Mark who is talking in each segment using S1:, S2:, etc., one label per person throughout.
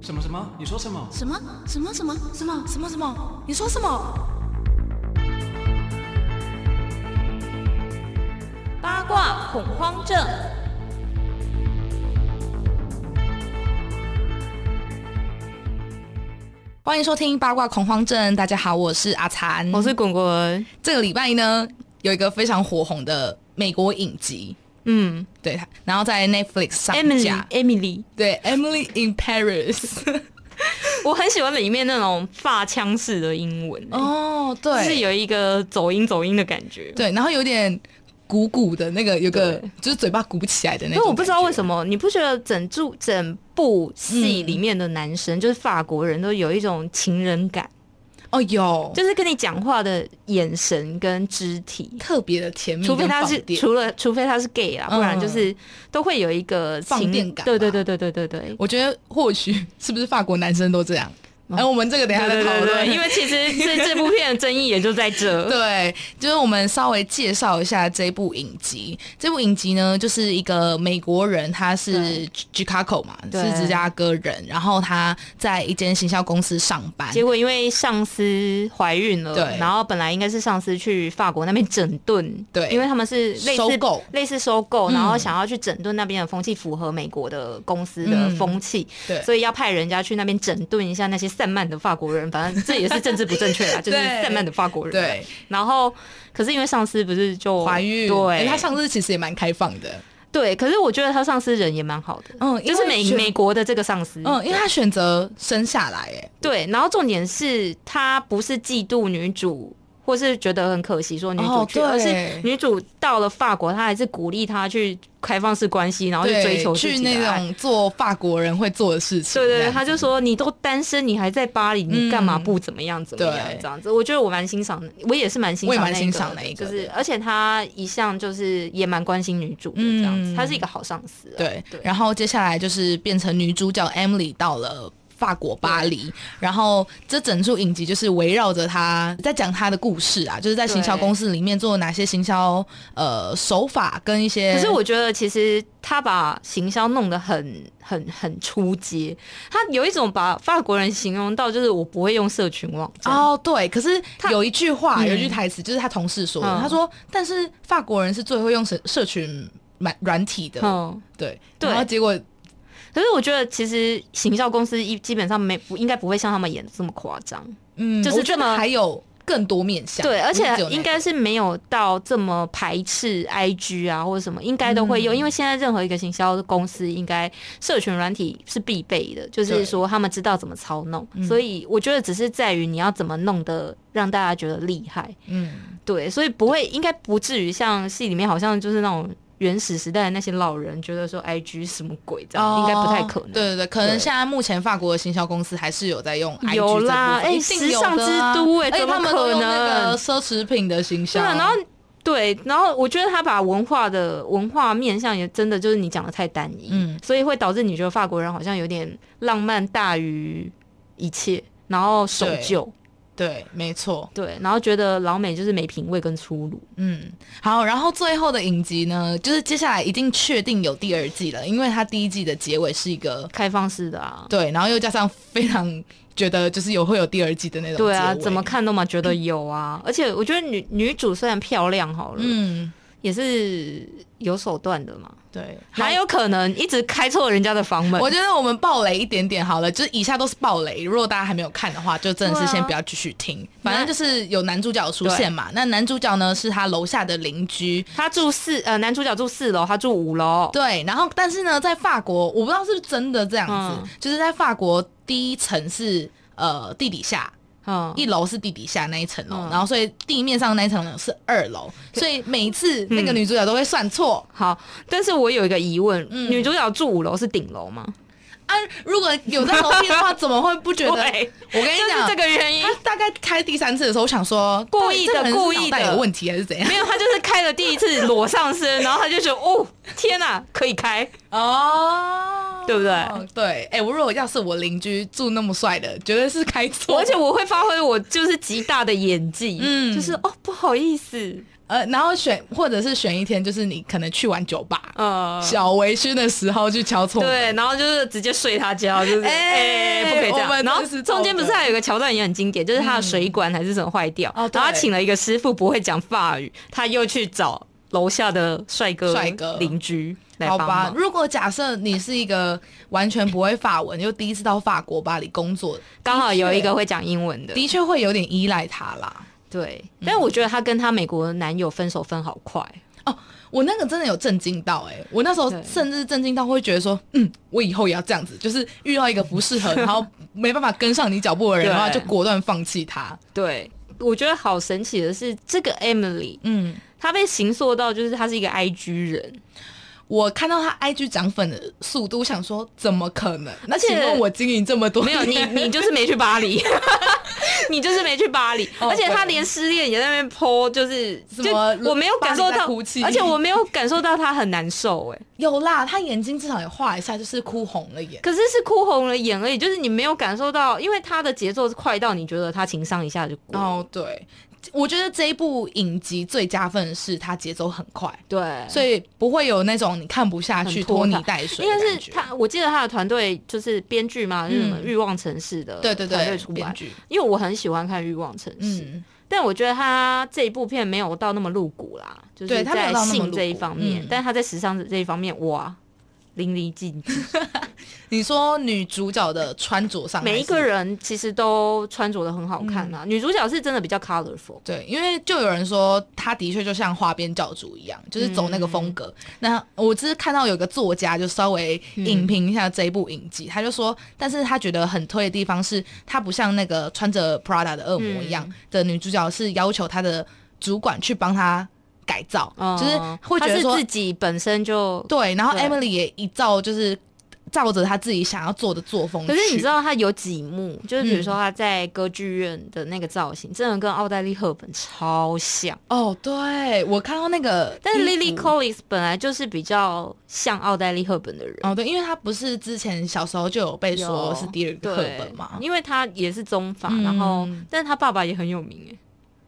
S1: 什么什么？你说什么？
S2: 什么什么什么什么什么什么？你说什么？
S3: 八卦恐慌症。
S2: 欢迎收听八卦恐慌症。大家好，我是阿残，
S4: 我是滚滚，
S2: 这个礼拜呢有一个非常火红的美国影集，
S4: 嗯
S2: 对，它然后在 Netflix 上
S4: ，Emily
S2: 架。
S4: Emily，
S2: 对，《Emily in Paris》
S4: 我很喜欢里面那种发腔式的英文、
S2: 哦，
S4: 就是有一个走音走音的感觉。
S2: 对，然后有点鼓鼓的那个，有个
S4: 对
S2: 就是嘴巴鼓不起来的那
S4: 因
S2: 种。
S4: 为我不知道为
S2: 么，
S4: 什么，你不觉得整部整部戏里面的男生，就是法国人都有一种情人感，
S2: 哦，有就
S4: 就是跟你讲话的眼神跟肢体，
S2: 特别的甜蜜
S4: 除
S2: 跟
S4: 非
S2: 放电，
S4: 他是除了除非他是 gay 啦，
S2: 嗯
S4: 不然就是都会有一个
S2: 放
S4: 情
S2: 电感吧
S4: 对对对对对对对，
S2: 我觉得或许是不是法国男生都这样？哎、我们这个等一下再
S4: 哦对
S2: 讨
S4: 对
S2: 论，
S4: 对，因为其实这这部片的争议也就在 这。
S2: 对，就是我们稍微介绍一下这部影集。这部影集呢，就是一个美国人，他是 Chicago 嘛，
S4: 对
S2: 是芝加哥人，然后他在一间行销公司上班。
S4: 结果因为上司怀孕了，
S2: 对
S4: 然后本来应该是上司去法国那边整顿，
S2: 对
S4: 因为他们是类似
S2: 收购
S4: 类似收购，然后
S2: 嗯
S4: 想要去整顿那边的风气，符合美国的公司的
S2: 嗯
S4: 风气，
S2: 对
S4: 所以要派人家去那边整顿一下那些散漫的法国人，反正这也是政治不正确 啦，就是
S2: 对
S4: 散漫的法国人。
S2: 对，
S4: 然后可是因为上司不是就
S2: 怀孕，哎
S4: 对，
S2: 他上司其实也蛮开放的，
S4: 对，可是我觉得他上司人也蛮好的，
S2: 嗯因为
S4: 就是美
S2: 选
S4: 美国的这个上司，
S2: 嗯，因为他选择生下来，哎，
S4: 对，然后重点是他不是嫉妒女主，或是觉得很可惜说女主
S2: 哦
S4: 去，
S2: 对
S4: 而是女主到了法国，她还是鼓励她去开放式关系，然后去
S2: 对，
S4: 追求自
S2: 去
S4: 己的
S2: 那
S4: 爱。
S2: 种做法国人会做的事情。
S4: 对对
S2: 这
S4: 对，
S2: 样
S4: 他就说你都单身，你还在巴黎，你干嘛不怎么样怎么样
S2: 嗯对
S4: 这样子？我觉得我蛮欣赏，我也是蛮欣赏，
S2: 我也蛮欣赏
S4: 那
S2: 那一个
S4: 就
S2: 的
S4: 是而且他一向就是也蛮关心女主的这样子，
S2: 嗯
S4: 他是一个好上司啊。
S2: 对
S4: 对，
S2: 然后接下来就是变成女主角 Emily 到了。法国巴黎，然后这整出影集就是围绕着她在讲她的故事啊，就是在行销
S4: 对
S2: 公司里面做哪些行销呃手法跟一些。
S4: 可是我觉得，其实他把行销弄得很、很、很出街。他有一种把法国人形容到，就是我不会用社群网站。
S2: 哦对，可是
S4: 他
S2: 有一句话，
S4: 嗯
S2: 有一句台词就是他同事说的，
S4: 嗯
S2: 他说：“但是法国人是最会用社社群软软体的。
S4: 嗯，
S2: 对，
S4: 对
S2: 然后结果
S4: 可是我觉得，其实行销公司一基本上没不应该不会像他们演的这么夸张。
S2: 嗯，
S4: 就是
S2: 我觉
S4: 这么
S2: 得还有更多面向。
S4: 对，而
S2: 不是
S4: 且
S2: 只有
S4: 应
S2: 那个
S4: 该是没有到这么排斥 IG 啊或者什么，应该都会用，因为现在任何一个行销公司应该社群软体是必备的，就是
S2: 对
S4: 说他们知道怎么操弄，所以我觉得只是在于你要怎么弄得让大家觉得厉害。
S2: 嗯，
S4: 对，所以不会，应该不至于像戏里面好像就是那种原始时代的那些老人觉得说 I G 什么鬼这样，应该不太可能。
S2: 哦对对对，可
S4: 对
S2: 能现在目前法国的行销公司还是有在用 IG
S4: 有啦
S2: 这部分
S4: 哎
S2: 一定有的啊
S4: 时尚之都哎
S2: 而且
S4: 怎么
S2: 他们都
S4: 可能
S2: 用那个奢侈品的行销，
S4: 对啊，然后对，然后我觉得他把文化的文化面向也真的就是你讲的太单一，
S2: 嗯
S4: 所以会导致你觉得法国人好像有点浪漫大于一切，然后守
S2: 对
S4: 旧，
S2: 对，没错，
S4: 对，然后觉得老美就是没品味跟粗鲁。
S2: 嗯，好，然后最后的影集呢，就是接下来一定确定有第二季了，因为它第一季的结尾是一个
S4: 开放式的啊，
S2: 对，然后又加上非常觉得就是有会有第二季的那种，
S4: 对啊，怎么？看都嘛觉得有啊，而且我觉得女女主虽然漂亮好了，
S2: 嗯，
S4: 也是有手段的嘛，
S2: 对，
S4: 哪有可能一直开错人家的房门？
S2: 我觉得我们爆雷一点点好了，就是以下都是爆雷。如果大家还没有看的话，就真的是先不要继续听。
S4: 对啊
S2: 反正就是有男主角出现嘛，那男主角呢是他楼下的邻居。
S4: 他住四呃，男主角住四楼，他住五楼，
S2: 对，然后但是呢，在法国，我不知道是不是真的这样子，
S4: 嗯
S2: 就是在法国第一层是呃地底下，
S4: 嗯，
S2: 一楼是地底下那一层楼，
S4: 嗯
S2: 然后所以地面上那一层楼是二楼，所以每次那个女主角都会算错、
S4: 好。但是我有一个疑问，
S2: 嗯
S4: 女主角住五楼是顶楼吗？
S2: 啊。如果有在楼梯的话，怎么会不 觉得？
S4: 对
S2: 我跟你
S4: 就
S2: 讲
S4: 是这，个原因
S2: 他，大概开第三次的时候，我想说，
S4: 故意的
S2: 到底这个人是
S4: 故意的
S2: 脑袋有问题还是怎样？
S4: 没有，他就是开了第一次裸上 身，然后他就觉得哦，天哪、可以开，
S2: 哦，
S4: 对不对？
S2: 对，哎、我如果要是我邻居住那么帅的，绝对是开错，
S4: 而且我会发挥我就是极大的演技，
S2: 嗯
S4: 就是哦，不好意思，
S2: 呃，然后选或者是选一天，就是你可能去玩酒吧，
S4: 呃，
S2: 小微醺的时候去敲错门，
S4: 对，然后就是直接睡他家，就是
S2: 哎
S4: 哎、不可以这
S2: 我
S4: 样。
S2: 们
S4: 然后
S2: 真是
S4: 中间不是还有一个桥段也很经典，就是他的水管还是什么坏掉，
S2: 哦对
S4: 然后他请了一个师傅不会讲法语，他又去找楼下的帅哥
S2: 帅哥
S4: 邻居来
S2: 好
S4: 帮
S2: 吧，
S4: 忙。
S2: 如果假设你是一个完全不会法文，又第一次到法国巴黎工作，
S4: 刚好有一
S2: 的
S4: 个会讲英文的
S2: 确，，嗯的确会有点依赖他啦。
S4: 对。但我觉得她跟她美国男友分手分好快，
S2: 哦我那个真的有震惊到哎、欸我那时候
S4: 对
S2: 甚至震惊到会觉得说，嗯，我以后也要这样子，就是遇到一个不适合，然后没办法跟上你脚步的人，
S4: 对
S2: 然后就果断放弃他。
S4: 对。我觉得好神奇的是，这个 Emily
S2: 嗯，
S4: 她被形塑到，就是她是一个 IG 人，
S2: 我看到他 IG 涨粉的速度，想说怎么可能？那
S4: 而且
S2: 请问我经营这么多
S4: 没有你，
S2: 年
S4: 你就是没去巴黎，你就是没去巴黎，
S2: 哦
S4: 而且他
S2: 对
S4: 连失恋也在那边 po，就是
S2: 什
S4: 就
S2: 么
S4: 我没有感受
S2: 巴黎在
S4: 到
S2: 哭泣
S4: 而且我没有感受到他很难受哎、
S2: 有啦，他眼睛至少也画一下，就是哭红了眼。
S4: 可是是哭红了眼而已，就是你没有感受到，因为他的节奏是快到你觉得他情商一下就过，
S2: 哦，对，我觉得这一部影集最加分的是它节奏很快，
S4: 对，
S2: 所以不会有那种你看不下
S4: 嗯
S2: 去
S4: 很拖
S2: 拖
S4: 沓
S2: 泥带水
S4: 应
S2: 的
S4: 该
S2: 感觉。
S4: 是他，我记得他的团队就是编剧嘛，就是什么
S2: 嗯
S4: 欲望城市的
S2: 对对
S4: 团队出
S2: 对，编
S4: 版，
S2: 剧，
S4: 因为我很喜欢看欲望城市，
S2: 嗯，
S4: 但我觉得他这一部片没有到那么露骨啦，就
S2: 对
S4: 是
S2: 他没有
S4: 在
S2: 到那么露
S4: 性
S2: 骨
S4: 这一方面，
S2: 嗯
S4: 但他在时尚这一方面，哇，淋漓尽致。
S2: 你说女主角的穿着上，
S4: 每一个。人其实都穿着的很好看
S2: 嗯
S4: 啊，女主角是真的比较 colorful。
S2: 对，因为就有人说，她的确就像花边教主一样，就是走那个风格。
S4: 嗯
S2: 那我只是看到有个作家就稍微影评一下这一部影集，他就说，但是他觉得很推的地方是，她不像那个穿着 Prada 的恶魔一样、的女主角，是要求她的主管去帮她改造，
S4: 嗯
S2: 就是会觉得
S4: 她
S2: 说
S4: 是自己本身就，
S2: 对。然后
S4: 对
S2: Emily 也一照就是照着她自己想要做的作风去。
S4: 可是你知道她有几幕，就是比如说
S2: 嗯
S4: 她在歌剧院的那个造型，真的跟奥黛丽赫本超像。
S2: 哦，对我看到那个，
S4: 但是 Lily Collins 本来就是比较像奥黛丽赫本的人，
S2: 哦，对，因为他不是之前小时候就有被说
S4: 有
S2: 是第二个课本嘛
S4: 对，因为他也是中法，
S2: 嗯
S4: 然后但是他爸爸也很有名哎，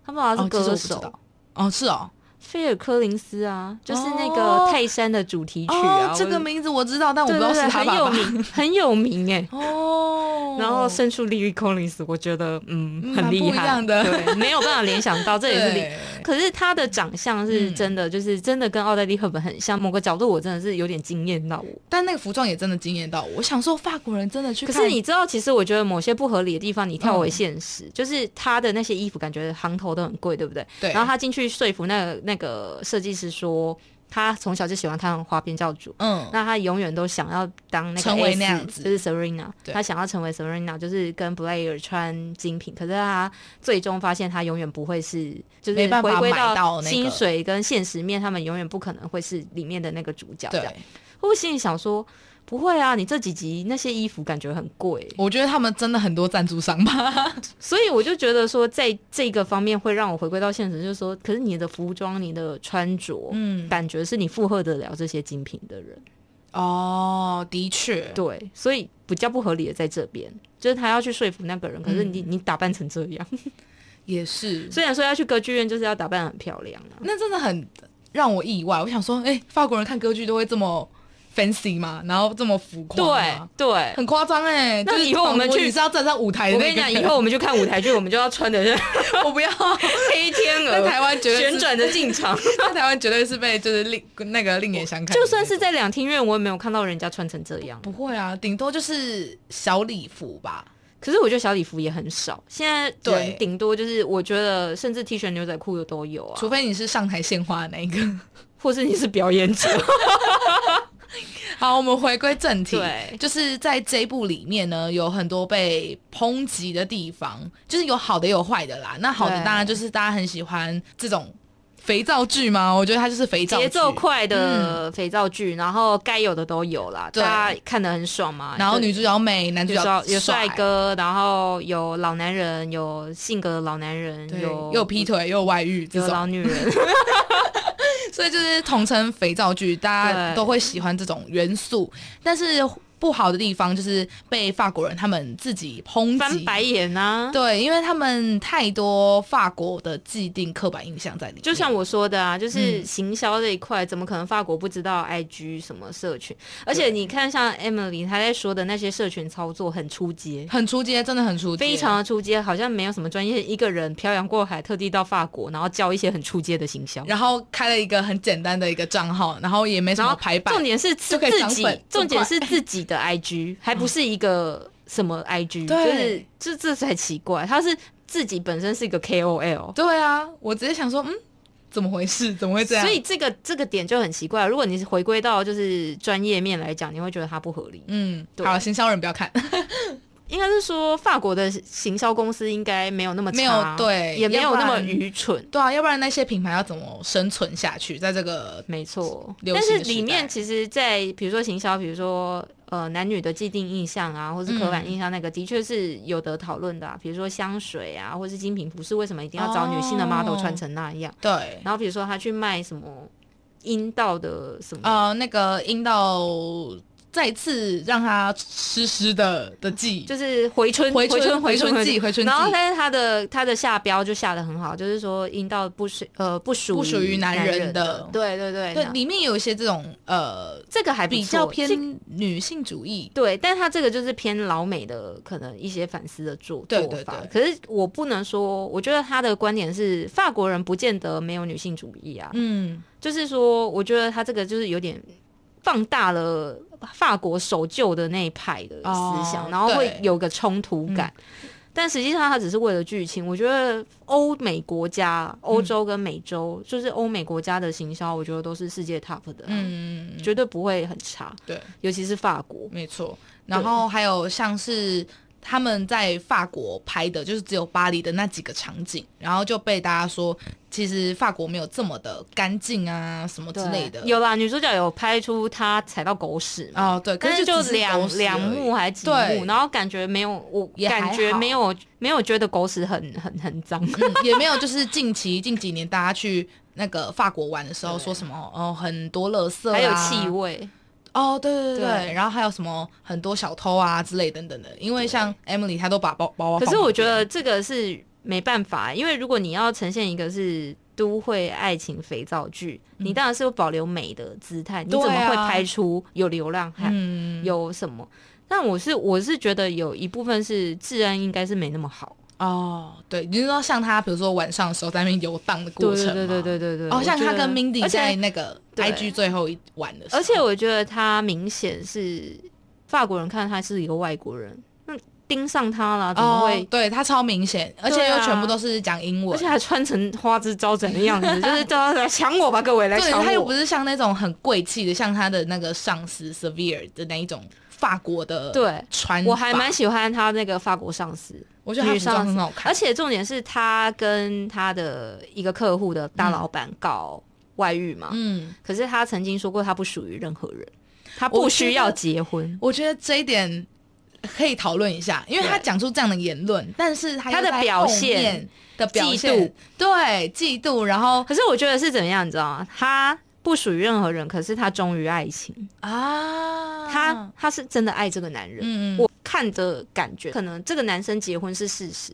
S4: 他爸爸
S2: 哦
S4: 是
S2: 其实我
S4: 歌
S2: 不知
S4: 手、
S2: 道哦，是哦，
S4: 菲尔柯林斯啊，就是那
S2: 哦
S4: 个泰山的主题曲啊，
S2: 哦，这个
S4: 名
S2: 名字我知道，但我
S4: 我
S2: 不知道是他爸
S4: 很
S2: 爸
S4: 有名， 很有名哎。
S2: 哦。
S4: 然后胜出 Lily Collins，我觉得嗯
S2: 嗯
S4: 很厉
S2: 蛮不一
S4: 害，
S2: 样的
S4: 对，没有办法联想到，这也是厉
S2: 对
S4: 可是他的长相是
S2: 嗯
S4: 真的，就是真的跟奥黛丽赫本很像，某个角度我真的是有点惊艳到我。
S2: 但那个服装也真的惊艳到我，我想说法国人真的去
S4: 可
S2: 看，嗯
S4: 是你知道，其实我觉得某些不合理的地方，你跳回现实，就是他的那些衣服感觉行头都很贵，对不对？
S2: 对，
S4: 然后他进去说服那个那个设计师说，他从小就喜欢看花边教主。
S2: 嗯，
S4: 那他永远都想要当那个
S2: 成为
S4: S，
S2: 那样子
S4: 就是 Serena，
S2: 对
S4: 他想要成为 Serena，就是跟 Blair 穿精品。可是他最终发现，他永远不会是，就是
S2: 没办法
S4: 回归
S2: 买到那个
S4: 薪水跟现实面，他们永远不可能会是里面的那个主角。这样
S2: 对，
S4: 我心里想说，不会啊，你这几集那些衣服感觉很贵，
S2: 我觉得他们真的很多赞助商吧，
S4: 所以我就觉得说，在这个方面会让我回归到现实，就是说，可是你的服装、你的穿着，
S2: 嗯，
S4: 感觉是你负荷得了这些精品的人，
S2: 哦，的确，
S4: 对，所以比较不合理的在这边，就是他要去说服那个人，可是
S2: 嗯
S4: 你、你打扮成这样，
S2: 也是，
S4: 虽然说要去歌剧院就是要打扮得很漂亮啊，
S2: 那真的很让我意外，我想说，哎、法国人看歌剧都会这么 fancy 吗？然后这么浮夸吗？
S4: 对对。
S2: 啊很夸张哎！
S4: 那
S2: 就是
S4: 以后我们
S2: 仿佛
S4: 去
S2: 你是要站上舞台的
S4: 我
S2: 那
S4: 跟你
S2: 个人，
S4: 讲，以后我们去看舞台剧，我们就要穿的是
S2: 我不要
S4: 黑天
S2: 在台
S4: 鹅，
S2: 湾绝对
S4: 旋
S2: 是，
S4: 转着进 场。
S2: 在台湾绝对是被就是另那个另眼相看。
S4: 就算是在两厅院，我也没有看到人家穿成这样。
S2: 不会啊，顶多就是小礼服吧。
S4: 可是我觉得小礼服也很少，现在
S2: 对
S4: 人顶多就是我觉得甚至 T 恤、牛仔裤的都有啊，
S2: 除非你是上台献花的那一个。
S4: 或是你是表演者，
S2: 好，我们回归正题，
S4: 对
S2: 就是在这一部里面呢，有很多被抨击的地方，就是有好的也有坏的啦。那好的
S4: 对
S2: 当然就是大家很喜欢这种肥皂剧嘛，我觉得它就是肥皂剧嗯
S4: 节奏，快的肥皂剧，然后该有的都有啦，
S2: 对
S4: 大家看得很爽嘛。
S2: 然后女
S4: 主
S2: 主角美，男主
S4: 有
S2: 角
S4: 帅有帅。哥，然后有老男人，有性格的老男人，
S2: 对，
S4: 有
S2: 又有劈腿，又有外遇，这
S4: 有
S2: 种
S4: 老 女人，
S2: 所以就是统称肥皂剧，大家
S4: 对
S2: 都会喜欢这种元素。但是不好的地方就是被法国人他们自己抨
S4: 翻
S2: 击。
S4: 白眼啊。
S2: 对，因为他们太多法国的既定刻板印象在里面，
S4: 就像我说的啊，就是
S2: 嗯
S4: 行销这一块，怎么可能法国不知道 IG 什么社群？而且你看，像 Emily 她在说的那些社群操作很出街，
S2: 很出街，真的很出街，
S4: 非常的出街，好像没有什么专业，一个人漂洋过海特地到法国，然后教一些很出街的行销。
S2: 然后开了一个很简单的一个账号，然后也没什
S4: 然
S2: 么
S4: 后
S2: 排版
S4: 重，点是自
S2: 就可以
S4: 自
S2: 涨
S4: 己
S2: 粉，
S4: 重点
S2: 很快嗯
S4: 是自己的 IG，还不是一个什么 IG，就是
S2: 对
S4: 这这才奇怪，他是自己本身是一个 KOL。
S2: 对啊，我直接想说，嗯，怎么回事？怎么会这样？
S4: 所以这个这个点就很奇怪。如果你是回归到就是专业面来讲，你会觉得它不合理。
S2: 嗯，
S4: 对
S2: 好，行销人不要看，
S4: 应该是说法国的行销公司应该没有那么差
S2: 没有对
S4: 也没有那
S2: 要不
S4: 么
S2: 然
S4: 愚蠢。
S2: 对啊，要不然那些品牌要怎么生存下去？在这个
S4: 没错，
S2: 流
S4: 但
S2: 行
S4: 是
S2: 的时
S4: 里面
S2: 代
S4: 其实在，比如说行销，比如说呃男女的既定印象啊，或是刻板
S2: 嗯
S4: 印象，那个的确是有得讨论的、啊。比如说香水啊，或是精品服饰，为什么一定要找女性的 model
S2: 哦
S4: 穿成那样？
S2: 对，
S4: 然后比如说他去卖什么阴道的什么
S2: 呃，那个阴道再次让它湿湿的的剂，
S4: 就是回春
S2: 回春
S4: 春回
S2: 回春
S4: 春
S2: 剂回春
S4: 然后
S2: 剂
S4: 但是它的它的下标就下的很好，就是说阴道不是呃不属
S2: 不属于男
S4: 男
S2: 人
S4: 人
S2: 的
S4: 对对对
S2: 对，
S4: 那
S2: 里面有一些这种呃
S4: 这个还不
S2: 比较
S4: 错这
S2: 偏女性主义，
S4: 对，但它这个就是偏老美的可能一些反思的做
S2: 对
S4: 做
S2: 对
S4: 法。
S2: 对
S4: 可是我不能说，我觉得他的观点是法国人不见得没有女性主义啊，
S2: 嗯，
S4: 就是说，我觉得他这个就是有点放大了法国守旧的那一派的思想，
S2: 哦
S4: 然后会
S2: 对嗯
S4: 有个冲突感。但实际上，它只是为了剧情。我觉得欧美国家、
S2: 嗯
S4: 欧洲跟美洲，就是欧美国家的行销，我觉得都是世界 top 的啊、
S2: 嗯，
S4: 绝对不会很差。
S2: 对，
S4: 尤其是法国，
S2: 没错。然后还有像是他们在法国拍的，就是只有巴黎的那几个场景，然后就被大家说，其实法国没有这么的干净啊，什么之
S4: 对
S2: 类的。
S4: 有啦，女主角有拍出她踩到狗屎嘛，
S2: 哦，对，可
S4: 但是就
S2: 只
S4: 两
S2: 狗屎
S4: 两
S2: 而已
S4: 幕还几幕，
S2: 对
S4: 然后感觉没有，我
S2: 也还
S4: 感
S2: 好
S4: 觉没有没有觉得狗屎很很很 脏。
S2: 嗯，也没有，就是近期近几年大家去那个法国玩的时候，
S4: 对
S2: 说什么哦很多垃圾、啊，
S4: 还有气味，
S2: 哦，对对对对，
S4: 对
S2: 然后还有什么很多小偷啊之类等等的。因为像 Emily 她都把包包包，
S4: 可是我觉得这个是没办法，因为如果你要呈现一个是都会爱情肥皂剧，你当然是有保留美的姿态，你怎
S2: 嗯对
S4: 么
S2: 啊
S4: 会拍出有流浪汉、
S2: 嗯
S4: 有什么？但我是我是觉得有一部分是治安应该是没那么好，
S2: 哦，对，你是说像她比如说晚上的时候在那边游荡的过
S4: 对
S2: 程吗
S4: 对对对对对对，
S2: 哦，像她
S4: 他
S2: 跟 Mindy
S4: 而且
S2: 在那个
S4: 对
S2: IG 最后一晚的时候，
S4: 而且我觉得他明显是法国人看他是一个外国人，那盯上他了，怎么会？
S2: 哦、对她超明显，而且
S4: 对啊
S2: 又全部都是讲英
S4: 而
S2: 文
S4: 且。还穿成花枝招展的样 子，就是叫他来抢我吧，各位来
S2: 对，
S4: 抢我。
S2: 她又不是像那种很贵气的，像她的那个上司 Severe 的那一种法国的
S4: 对
S2: 穿法，
S4: 我还蛮喜欢他那个法国上司，
S2: 我觉得她
S4: 女
S2: 服装
S4: 上司
S2: 很好看，
S4: 而且重点是他跟他的一个客户的大老板搞外遇嘛，
S2: 嗯，
S4: 可是他曾经说过他不属于任何人，他不
S2: 我觉
S4: 需要
S2: 得
S4: 结婚。
S2: 我觉得这一点可以讨论一下，因为他
S4: 对
S2: 讲出这样的言论，但是他
S4: 他
S2: 又
S4: 的
S2: 在
S4: 表
S2: 后
S4: 现
S2: 面的表
S4: 嫉
S2: 现，
S4: 妒
S2: 对嫉妒，然后
S4: 可是我觉得是怎么样，你知道吗？他不属于任何人，可是他忠于爱情。
S2: 嗯啊，
S4: 他他是真的爱这个男人。
S2: 嗯嗯，
S4: 我看的感觉，可能这个男生结婚是事实，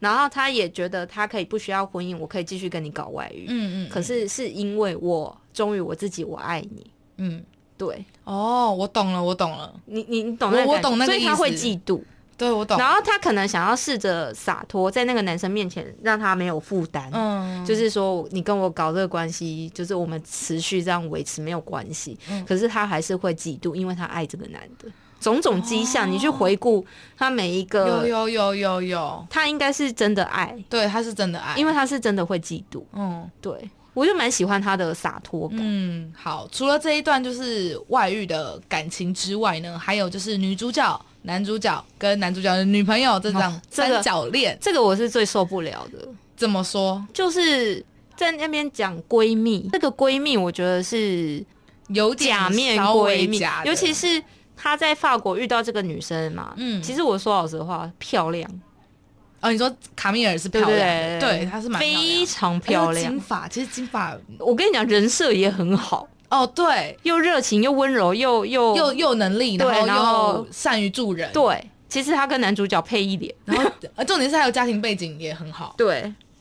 S4: 然后他也觉得他可以不需要婚姻，我可以继续跟你搞外遇。
S2: 嗯嗯，
S4: 可是是因为我忠于我自己，我爱你。
S2: 嗯，
S4: 对
S2: 哦，我懂了，我懂了，
S4: 你，你你懂
S2: 我
S4: 那个
S2: 我
S4: 感觉
S2: 懂那个
S4: 所以
S2: 意
S4: 他
S2: 思
S4: 会嫉妒，
S2: 对我懂，
S4: 然后他可能想要试着洒脱，在那个男生面前让他没有负担。
S2: 嗯，
S4: 就是说，你跟我搞这个关系，就是我们持续这样维持没有关系，
S2: 嗯
S4: 可是他还是会嫉妒，因为他爱这个男的。种种迹象，你去回顾他每一
S2: 哦有
S4: 个，
S2: 有有有有，
S4: 他应该是真的爱，
S2: 对，他是真的爱，
S4: 因
S2: 为
S4: 为他是真的会嫉妒。
S2: 嗯。
S4: 对我就蛮喜欢他的洒脱感。
S2: 嗯，好。除了这一段就是外遇的感情之外呢，还有就是女主角、男主角跟男主角的女朋友这张
S4: 哦这个
S2: 三角恋。
S4: 这个我是最受不了的，
S2: 怎么说？
S4: 就是在那边讲闺蜜，这个闺蜜我觉得是
S2: 有点
S4: 假面
S2: 稍微
S4: 闺蜜
S2: 假，的
S4: 尤其是他在法国遇到这个女生嘛。
S2: 嗯
S4: 其实我说老实话，漂亮。
S2: 哦，你说卡米尔是漂亮的，
S4: 对
S2: 对，她是蛮漂亮
S4: 非
S2: 的
S4: 常漂
S2: 哎她
S4: 亮
S2: 金。发其实金发
S4: 我跟你讲，人设也很好，
S2: 哦，对，
S4: 又热情又温柔又又
S2: 又又有能力，
S4: 对
S2: 然
S4: 然后
S2: 又善于助人，，
S4: 对。其实他跟男主角配一脸，
S2: 然后呃，重点是还有家庭背景也很好。
S4: 对。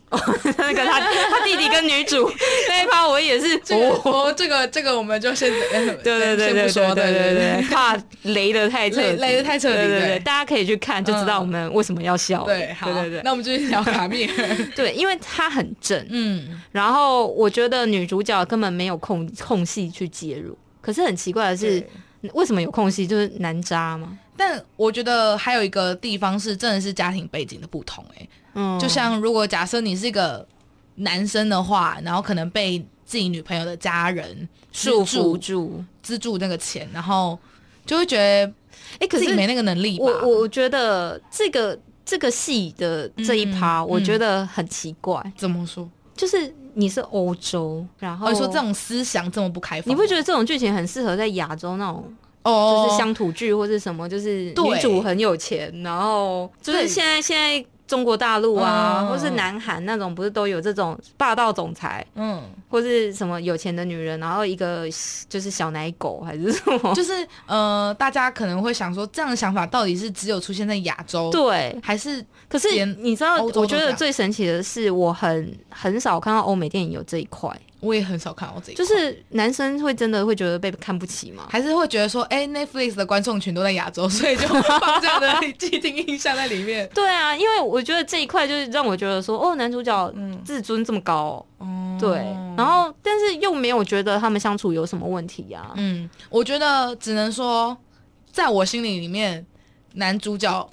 S4: 哦， 那个他他弟弟跟女主 那一趴，我也是
S2: 这个
S4: 哦，
S2: 哦，这个这个我们就先
S4: 对对对对
S2: 先不说，
S4: 对
S2: 对
S4: 对对，
S2: 对
S4: 怕雷的太彻底
S2: 雷雷得太彻底
S4: 对
S2: 对
S4: 对，大家可以去看就知道我们为什么要笑了。
S2: 对，好，
S4: 对对
S2: 那我们继续聊 卡密尔，
S4: 对对，因为他很正，
S2: 嗯，
S4: 然后我觉得女主角根本没有空空隙去介入。可是很奇怪的是
S2: 对，
S4: 为什么有空隙？就是男渣嘛，
S2: 但我觉得还有一个地方是真的是家庭背景的不同、欸，
S4: 嗯，
S2: 就像如果假设你是一个男生的话，然后可能被自己女朋友的家人
S4: 束
S2: 资助
S4: 缚住。
S2: 资助那个钱，然后就会觉得欸
S4: 哎，可
S2: 自己
S4: 是
S2: 没那个能力吧。
S4: 我我我觉得这个这个戏的这一趴，
S2: 嗯
S4: 我觉得很奇怪，
S2: 怎么说？
S4: 就是你是欧洲，然后
S2: 我哦说这种思想这么不开
S4: 哦
S2: 放，
S4: 你不觉得这种剧情很适合在亚洲那种，
S2: 哦？
S4: 就是乡土剧或是什么，就是
S2: 对
S4: 女主很有钱，然后就是
S2: 对
S4: 现在现在中国大陆啊，
S2: 嗯
S4: 或是南韩那种，不是都有这种霸道总裁
S2: 嗯，
S4: 或是什么有钱的女人，然后一个就是小奶狗还是什么？
S2: 就是呃，大家可能会想说，这样的想法到底是只有出现在亚洲，
S4: 对，
S2: 还是
S4: 可是
S2: 连
S4: 你知道，
S2: 欧洲都
S4: 我觉
S2: 这
S4: 得
S2: 样
S4: 最神奇的是，我很很少看到欧美电影有这一块，
S2: 我也很少看到这一
S4: 就
S2: 块，
S4: 是男生会真的会觉得被看不起吗？
S2: 还是会觉得说，哎、n e t f l i x 的观众群都在亚洲，所以就放这样的 既定印象在里面。
S4: 对啊，因为我觉得这一块就是让我觉得说，哦，男主角
S2: 嗯
S4: 自尊这么高哦、
S2: 哦
S4: 对，然后但是又没有觉得他们相处有什么问题啊呀、
S2: 嗯，我觉得只能说，在我心里里面，男主角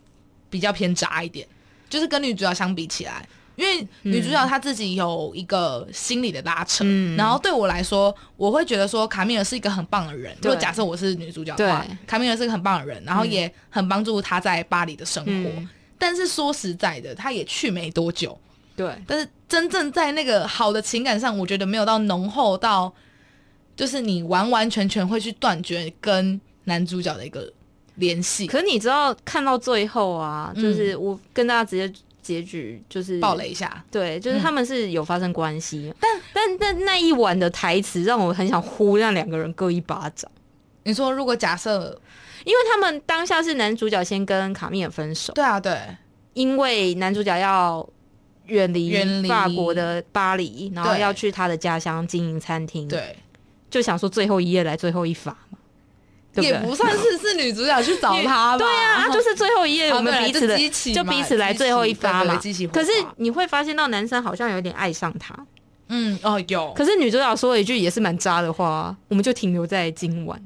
S2: 比较偏渣一点，就是跟女主角相比起来，因为女主角她自己有一个心理的拉扯。
S4: 嗯
S2: 然后对我来说，我会觉得说卡米尔是一个很棒的人。如
S4: 对
S2: 果假设我是女主角的话
S4: 对，
S2: 卡米尔是一个很棒的人，然后也很帮助她在巴黎的生活。
S4: 嗯
S2: 但是说实在的，她也去没多久，
S4: 对，
S2: 但是真正在那个好的情感上，我觉得没有到浓厚到，就是你完完全全会去断绝跟男主角的一个联系。
S4: 可你知道看到最后啊，
S2: 嗯
S4: 就是我跟大家直接结局就是
S2: 爆。雷一下，
S4: 对，就是
S2: 嗯
S4: 他们是有发生关系、但但但那一晚的台词让我很想呼让两个人各一巴掌，
S2: 你说如果假设，
S4: 因为他们当下是男主角先跟卡米尔分手，
S2: 对啊，对，
S4: 因为男主角要远
S2: 远
S4: 离
S2: 离
S4: 法国的巴黎，然后
S2: 对
S4: 要去他的家乡经营餐厅，，
S2: 对，
S4: 就想说最后一夜来最后一发嘛，对不
S2: 也
S4: 对？
S2: 不算是是女主角去找 他吧？
S4: 对啊，啊就是最后一夜
S2: 啊对啊
S4: 我们彼此的、
S2: 就激起嘛
S4: 彼此来最后一发嘛。
S2: 激起对对
S4: 可
S2: 对
S4: 是
S2: 激起火花
S4: 你会发现到男生好像有点爱上他，
S2: 嗯，哦，有，
S4: 可是女主角说了一句也是蛮渣的话啊，我们就停留在今晚，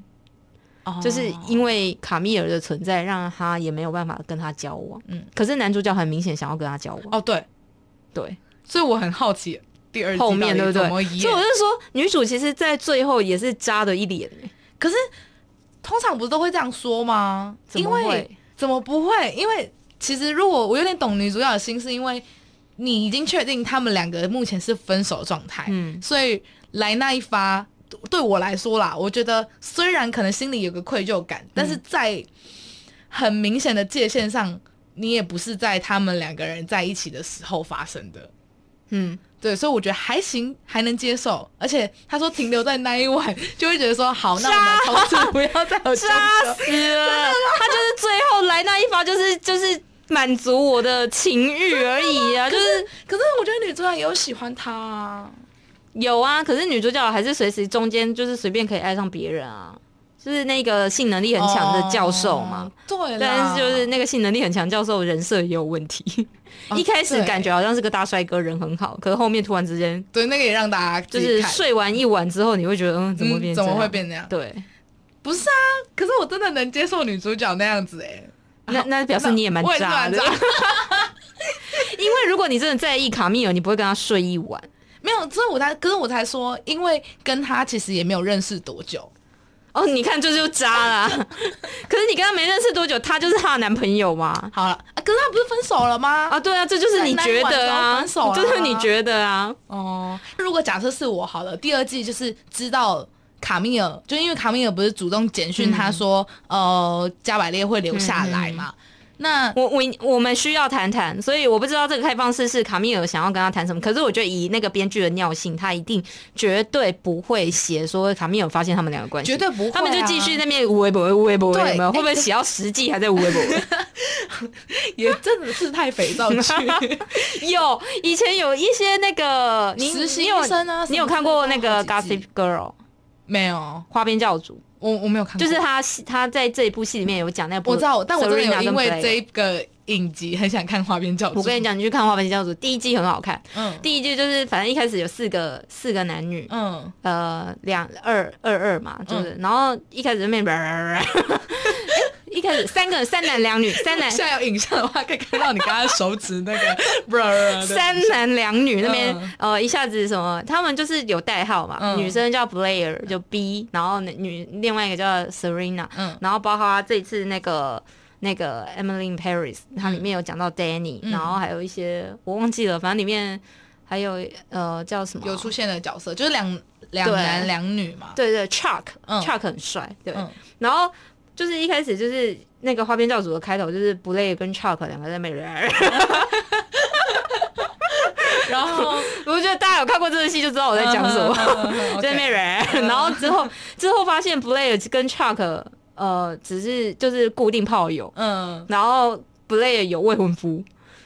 S2: 哦
S4: 就是因为卡米尔的存在，让他也没有办法跟他交往。
S2: 嗯
S4: 嗯，可是男主角很明显想要跟他交往，
S2: 哦，对，
S4: 对，
S2: 所以我很好奇第二季
S4: 后面对
S2: 到
S4: 不对
S2: 底怎么？演
S4: 所以我就说，女主其实，在最后也是渣的一脸、欸
S2: 可是通常不是都会这样说吗？
S4: 怎
S2: 因
S4: 么会
S2: 为怎么不会？因为其实如果我有点懂女主角的心，是因为你已经确定他们两个目前是分手状态，
S4: 嗯
S2: 所以来那一发对我来说啦，我觉得虽然可能心里有个愧疚
S4: 嗯
S2: 感，但是在很明显的界限上，你也不是在他们两个人在一起的时候发生的。
S4: 嗯，
S2: 对，所以我觉得还行，还能接受。而且他说停留在那一晚，就会觉得说好，那我们从此不要再有纠
S4: 渣
S2: 葛。
S4: 死了！他就是最后来那一发，就是就是满足我的情欲而已啊，就是
S2: 可是我觉得女主角也有喜欢他、啊，
S4: 有啊。可是女主角还是随时中间就是随便可以爱上别人啊，就是那个性能力很强的教授嘛。
S2: 哦对啦，
S4: 但是就是那个性能力很强教授人设也有问题，
S2: 哦
S4: 一开始
S2: 对
S4: 感觉好像是个大帅哥，人很好，可是后面突然之间
S2: 对那个也让大家
S4: 就
S2: 自己
S4: 是
S2: 看
S4: 睡完一晚之后，你会觉得嗯，怎么变、
S2: 嗯怎么会？变那样？
S4: 对，
S2: 不是啊，可是我真的能接受女主角那样子哎、欸，
S4: 那那表示你也蛮
S2: 我也是
S4: 渣
S2: 蛮
S4: 的
S2: 渣，。
S4: 因为如果你真的在意卡米尔，你不会跟他睡一晚。
S2: 没有，所以我才，可是我才说，因为跟他其实也没有认识多久，
S4: 哦，你看这就渣啦。 可是你跟他没认识多久，他就是她的男朋友嘛。
S2: 好了、啊，可是他不是分手了吗？
S4: 啊，对啊，这就是你觉
S2: 在那一
S4: 得
S2: 晚
S4: 啊，
S2: 中分手啦
S4: 这就是你觉得啊，
S2: 哦，如果假设是我好了，第二季就是知道卡米尔，
S4: 嗯
S2: 就因为卡米尔不是主动简讯他说，呃，加百列会留下来嘛。 那
S4: 我我我们需要谈谈，所以我不知道这个开放式是卡米尔想要跟他谈什么。可是我觉得以那个编剧的尿性，他一定绝对不会写说卡米尔发现他们两个关系，
S2: 绝对不会啊、
S4: 他们就继续在那边无微不微无微不微，
S2: 对
S4: 有没有？
S2: 哎
S4: 会不会写到十季还在无微不微？
S2: 也真的是太肥皂剧。
S4: 有以前有一些那个你
S2: 实习
S4: 你有
S2: 医生啊
S4: 你有看过那个《
S2: 什么之类
S4: Gossip Girl》
S2: 没有，
S4: 花边教主？
S2: 我我没有看过，
S4: 就是他戏他在这一部戏里面有讲那个，
S2: 我知道，但我真的有
S4: Serena
S2: 因为
S4: 跟 Blair
S2: 这个影集很想看花边教主。
S4: 我跟你
S2: 讲，
S4: 讲，你去看《花边教主》第一季很好看，
S2: 嗯
S4: 第一季就是反正一开始有四个四个男女，
S2: 嗯，
S4: 呃，两二二二嘛，就是，然后一开始就面，哎一开始三个三男两女，三男
S2: 现在有影像的话，可以看到你刚刚手指 那个 bro 的
S4: 三男两女那边
S2: 嗯，
S4: 呃，一下子什么，他们就是有代号嘛，
S2: 嗯
S4: 女生叫 Blair 就 B，然后女另外一个叫 Serena，
S2: 嗯
S4: 然后包括他这次那个。那个 Emily in Paris，它里面有讲到 Danny，、
S2: 嗯
S4: 然后还有一些我忘记了，反正里面还有呃叫什么啊，
S2: 有出现的角色，就是两两
S4: 对
S2: 男两女嘛。
S4: 对对 Chuck，Chuck、
S2: 嗯
S4: Chuck 很帅，对，
S2: 嗯
S4: 然后就是一开始就是那个花边教主的开头，就是布雷跟 Chuck 两个在那边然后我觉得大家有看过这个戏就知道我在讲什
S2: 嗯
S4: 么，
S2: 么
S4: 在那边然后之后之后发现布雷跟 Chuck 呃只是就是固定炮友，
S2: 嗯，
S4: 然后布雷有未婚夫，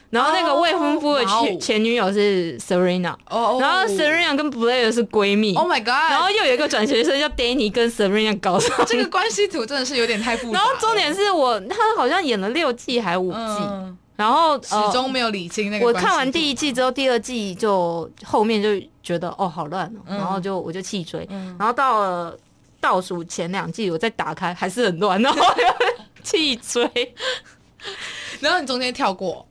S4: 然后那个未婚夫的
S2: 哦哇哦
S4: 前前女友是 Serena，
S2: 哦，
S4: 然后
S2: Serena
S4: Serena 跟布雷是闺蜜。
S2: Oh my
S4: 然后
S2: God，
S4: 又有一个转学生叫 Danny 跟 Serena 搞上，
S2: 这个关系图真的是有点太复杂
S4: 然
S2: 了。
S4: 后重点是我他好像演了六季还五季，
S2: 嗯，
S4: 然后
S2: 始
S4: 呃
S2: 终没有理清那个
S4: 我
S2: 关系图。
S4: 看完第一季之后，第二季就后面就觉得哦好乱哦，
S2: 嗯
S4: 然后就我就弃追，
S2: 嗯，
S4: 然后到了倒数前两季我再打开还是很乱，然后我就 弃追。
S2: 然后你中间跳过，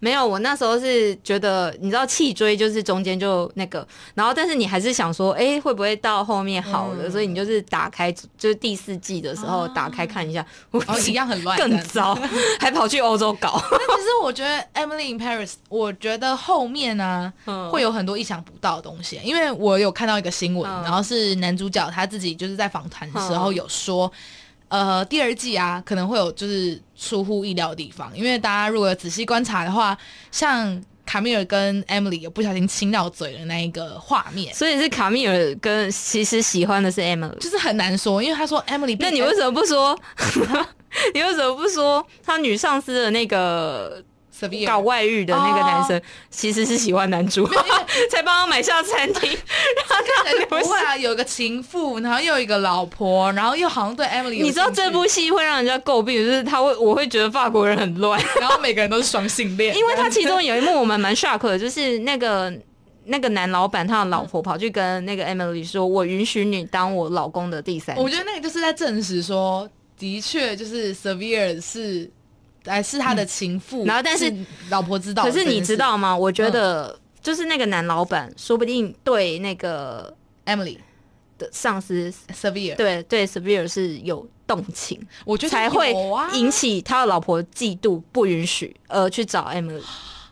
S4: 没有，我那时候是觉得，你知道弃追就是中间就那个，然后但是你还是想说，哎、会不会到后面好了？
S2: 嗯
S4: 所以你就是打开，就是第四季的时候
S2: 啊
S4: 打开看一下，我
S2: 然后哦一样很乱，这
S4: 更
S2: 样子
S4: 糟，还跑去欧洲 搞。
S2: 但其实我觉得《Emily in Paris》，我觉得后面呢、
S4: 嗯
S2: 会有很多意想不到的东西，因为我有看到一个新闻，
S4: 嗯
S2: 然后是男主角他自己就是在访谈的时候
S4: 嗯
S2: 有说。呃，第二季啊，可能会有就是出乎意料的地方，因为大家如果仔细观察的话，像卡米尔跟 Emily 有不小心亲到嘴的那一个画面，
S4: 所以是卡米尔跟其实喜欢的是 Emily。
S2: 就是很难说，因为他说 Emily，
S4: 那你为什么不 说？你为什么不说他女上司的那个
S2: s e v e
S4: 搞外遇的那个男生、
S2: 哦
S4: 其实是喜欢男主， 才帮他买下餐 厅，让他
S2: 不会啊，有一个情妇，然后又有一个老婆，然后又好像对 Emily，有
S4: 你知道
S2: 兴趣
S4: 这部戏会让人家诟病，就是他会，我会觉得法国人很 乱，
S2: 然后每个人都是双性恋，
S4: 因为他其中有一幕我们蛮 shock 的，就是那个那个男老板他的老婆跑去跟那个 Emily 说：“我允许你当我老公的第三者。”
S2: 我觉得那个就是在证实说，的确就是 Severe 是，哎，是他的情妇，
S4: 嗯然后但是
S2: 老婆知道
S4: 可
S2: 的这件嗯
S4: 是
S2: 事，
S4: 你知道吗？我觉得就是那个男老板，说不定对那个
S2: Emily
S4: 的上司，
S2: Severe，
S4: 对对 Severe 是有动情，
S2: 我觉得
S4: 才会
S2: 有啊
S4: 引起他的老婆嫉妒，不允许而去找 Emily。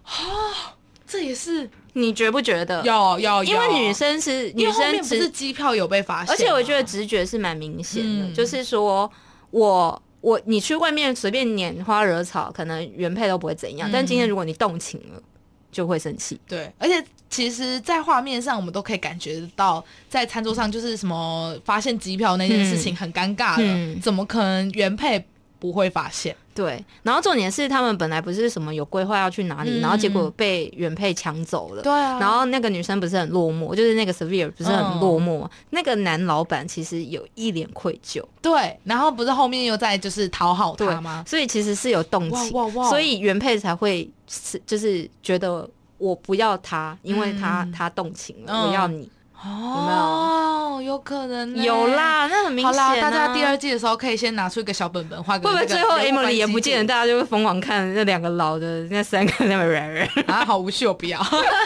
S2: 啊这也是
S4: 你觉不觉得？
S2: 有有，
S4: 因为
S2: 有
S4: 女，生是
S2: 因
S4: 女
S2: 为后
S4: 生
S2: 面不
S4: 只
S2: 是机票有被发现吗，
S4: 而且我觉得直觉是蛮明显的，
S2: 啊嗯
S4: 就是说我我你去外面随便拈花惹草，可能原配都不会怎样，
S2: 嗯
S4: 但今天如果你动情了，就会生气。
S2: 对，而且其实，在画面上我们都可以感觉到，在餐桌上就是什么发现机票那件事情很尴尬了，
S4: 嗯
S2: 怎么可能原配不会发现？
S4: 对，然后重点是他们本来不是什么有规划要去哪里，
S2: 嗯
S4: 然后结果被原配抢走了。
S2: 对啊
S4: 然后那个女生不是很落寞，就是那个 Severe 不是很
S2: 嗯
S4: 落寞，那个男老板其实有一脸愧疚，
S2: 对，然后不是后面又在就是讨好
S4: 对
S2: 他吗？
S4: 所以其实是有动情，
S2: 哇哇哇
S4: 所以原配才会是就是觉得我不要他，因为他、
S2: 嗯
S4: 他动情了，
S2: 嗯
S4: 我要你。
S2: 哦，有可能呢
S4: 有。嗯啦，那很明
S2: 好
S4: 显、啊。
S2: 啦，大家第二季的时候可以先拿出一个小本本画个
S4: 会不
S2: 那
S4: 会
S2: 个
S4: 最
S2: 人物
S4: 后
S2: 关系图。
S4: Emily 也不见了， 大家就会疯狂看那两个老的那三个那么软软？
S2: 啊，好无趣，我不要。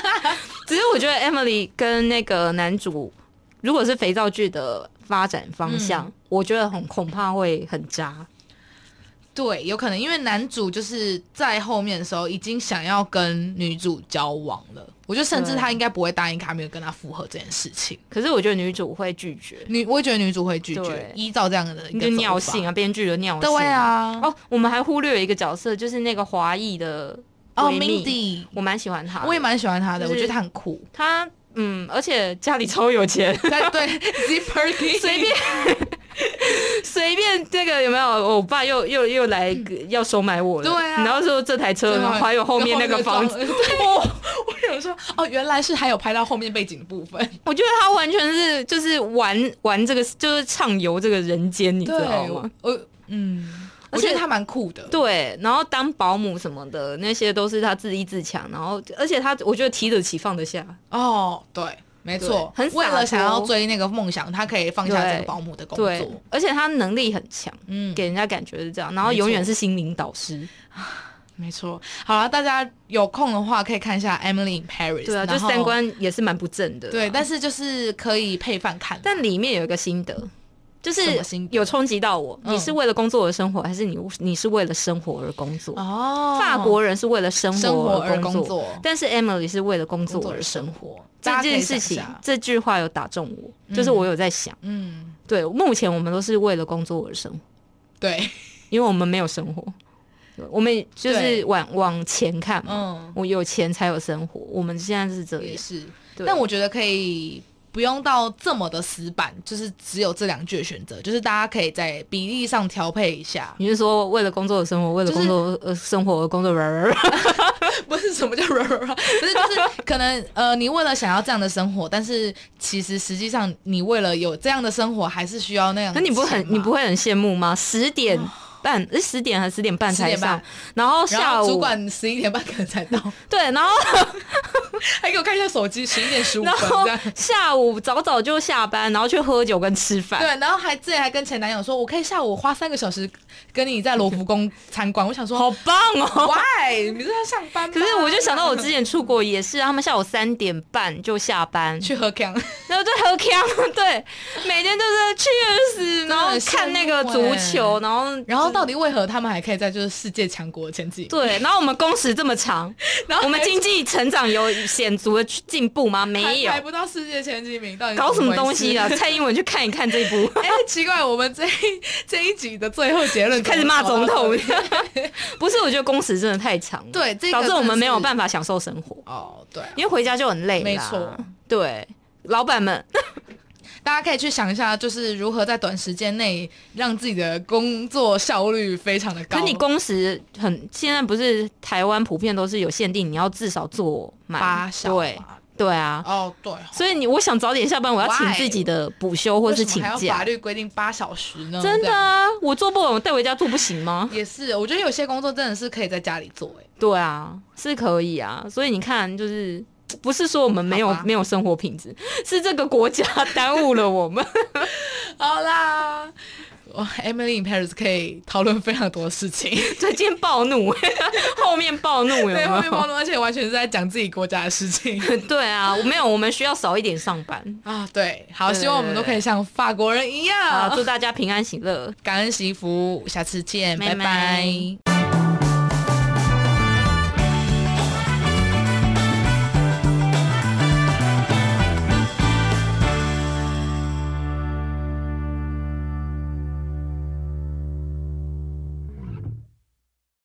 S4: 只是我觉得 Emily 跟那个男主，如果是肥嗯皂剧的发展方向，我觉得很恐怕会很渣。
S2: 对，有可能因为男主就是在后面的时候已经想要跟女主交往了，我觉得甚至
S4: 对
S2: 他应该不会答应卡米尔跟他复合这件事情。
S4: 可是我觉得女主会拒绝，
S2: 女，我也觉得女主会拒绝
S4: 对，
S2: 依照这样的一
S4: 你
S2: 个
S4: 就尿
S2: 走法
S4: 性啊，编剧的尿性。
S2: 对，啊，
S4: 哦，我们还忽略了一个角色，就是那个华裔的
S2: 哦
S4: 闺蜜
S2: ，Mindy，
S4: 我蛮喜欢她的，
S2: 我也蛮喜欢她的，
S4: 就是
S2: 我觉得她很酷。
S4: 她，嗯，而且家里超有钱，
S2: 对 对，Zipper
S4: 随便随便这个有没有？我爸又又又来要收买我了，
S2: 对啊
S4: 然后说这台车，
S2: 对
S4: 然后还有后面那个房子，
S2: 跟后面
S4: 哦，
S2: 我想说，哦，原来是还有拍到后面背景的部分。
S4: 我觉得他完全是就是玩玩这个，就是畅游这个人间，你知道吗
S2: 我？，我嗯，
S4: 而
S2: 我
S4: 且
S2: 觉得她蛮酷的。
S4: 对，然后当保姆什么的那些都是他自立自强，然后而且他我觉得提得起放得下，
S2: 哦，对，没错，
S4: 对很洒
S2: 为了想要
S4: 脱
S2: 追那个梦想，她可以放下
S4: 对
S2: 这个保姆的工
S4: 对
S2: 作。，
S4: 而且他能力很强，
S2: 嗯，
S4: 给人家感觉是这样，然后
S2: 没错
S4: 永远是心灵导师，
S2: 没错。好了，大家有空的话可以看一下《Emily in Paris》。
S4: 对啊，就
S2: 然后
S4: 三观也是蛮不正的啊，
S2: 对，但是就是可以配饭看。
S4: 但里面有一个心得，就是
S2: 什么心得
S4: 有冲击到我。
S2: 嗯
S4: 你是为了工作而生活，还是你你是为了生活而工作？
S2: 哦，
S4: 法国人是为了生
S2: 生活
S4: 而
S2: 而工
S4: 作，
S2: 作
S4: 但是 Emily 是为了工
S2: 工
S4: 作
S2: 作
S4: 而
S2: 而
S4: 生
S2: 生
S4: 活。
S2: 活
S4: 这件事情，这句话有打中我，就是
S2: 嗯
S4: 我有在想，
S2: 嗯，
S4: 对，目前我们都是为了工作而生活，
S2: 对，
S4: 因为我们没有生活，对我们就是
S2: 对
S4: 往往前看嘛，
S2: 嗯，
S4: 我有钱才有生活，我们现在是这
S2: 也
S4: 样，
S2: 是。
S4: 对。
S2: 但我觉得可以不用到这么的死板，就是只有这两句的选择，就是大家可以在比例上调配一下
S4: 你是说为了工作而生活，为了
S2: 就
S4: 工
S2: 是
S4: 作而生活而工作，呃
S2: 不是什 么叫不是就是可能呃，你为了想要这样的生活，但是其实实际上你为了有这样的生活，还是需要那样
S4: 可
S2: 的
S4: 你
S2: 钱嘛。哦
S4: 不很你不会很羡慕吗？十点半，诶十点还是十点半才
S2: 10点
S4: 上
S2: 半，
S4: 然后
S2: 然
S4: 下
S2: 后
S4: 午
S2: 主管十一点半可能才 到，
S4: 对，然后
S2: 还给我看一下手机，十一点十五
S4: 然
S2: 分
S4: 后
S2: 这样。
S4: 下午早早就下班，然后去喝酒跟吃饭。
S2: 对，然后还之前还跟前男友说，我可以下午花三个小时跟你在罗浮宫参观。我想说，
S4: 好棒 哦！
S2: why？你是在上班吗？
S4: 可是我就想到 我之前出国也是啊，他们下午三点半就下班，
S2: 去喝汤，
S4: 然后就喝 K，对，啊 每天就是去死，然后
S2: 很羡
S4: 看那个
S2: 慕
S4: 足
S2: 欸
S4: 球，然后
S2: 然后到底为何他们还可以在就是世界强国前几？
S4: 对，然后我们工时这么长，
S2: 然后
S4: 我们经济成长有显足的进步吗？
S2: 还
S4: 没有
S2: 还，不到世界前几名，到底是
S4: 搞什么东
S2: 回事
S4: 西啊？？蔡英文去看一看这一部，
S2: 哎，奇怪，我们这一这一集的最后结论。
S4: 开始骂总统 不是，我觉得工时真的太长了，
S2: 对这个
S4: 导致我们
S2: 真是
S4: 没有办法享受生活，
S2: 哦，对啊，
S4: 因为回家就很累啦。
S2: 没错
S4: 对，老板们，
S2: 大家可以去想一下，就是如何在短时间内让自己的工作效率非常的
S4: 可
S2: 高。
S4: 是你工时很，现在不是台湾普遍都是有限定，你要至少做满
S2: 八小
S4: 对
S2: 嘛
S4: 对啊，
S2: 哦，对哦，
S4: 所以你我想早点下班，我要请
S2: Why？
S4: 自己的补休或是
S2: 为什
S4: 请
S2: 么还要法
S4: 假。
S2: 律规定八小时呢？
S4: 真
S2: 这
S4: 的
S2: 样
S4: 啊，我做不完，我带回家做不行吗？
S2: 也是，我觉得有些工作真的是可以在家里做、欸，
S4: 对啊，是可以啊。所以你看，就是不是说我们没有
S2: 好吧
S4: 没有生活品质，是这个国家耽误了我 们。
S2: 好啦，哇，Emily in Paris 可以讨论非常多事情，
S4: 最近暴怒， 后面暴怒有没
S2: 对，后面包
S4: 有？
S2: 装，而且完全是在讲自己国家的事情
S4: 对啊，我没有，我们需要少一点上班
S2: 啊。对，好，
S4: 对
S2: 希望我们都可以像法
S4: 啊
S2: 国人一样，
S4: 啊！祝大家平安喜乐。
S2: 感恩惜福，下次见，
S4: 拜
S2: 拜拜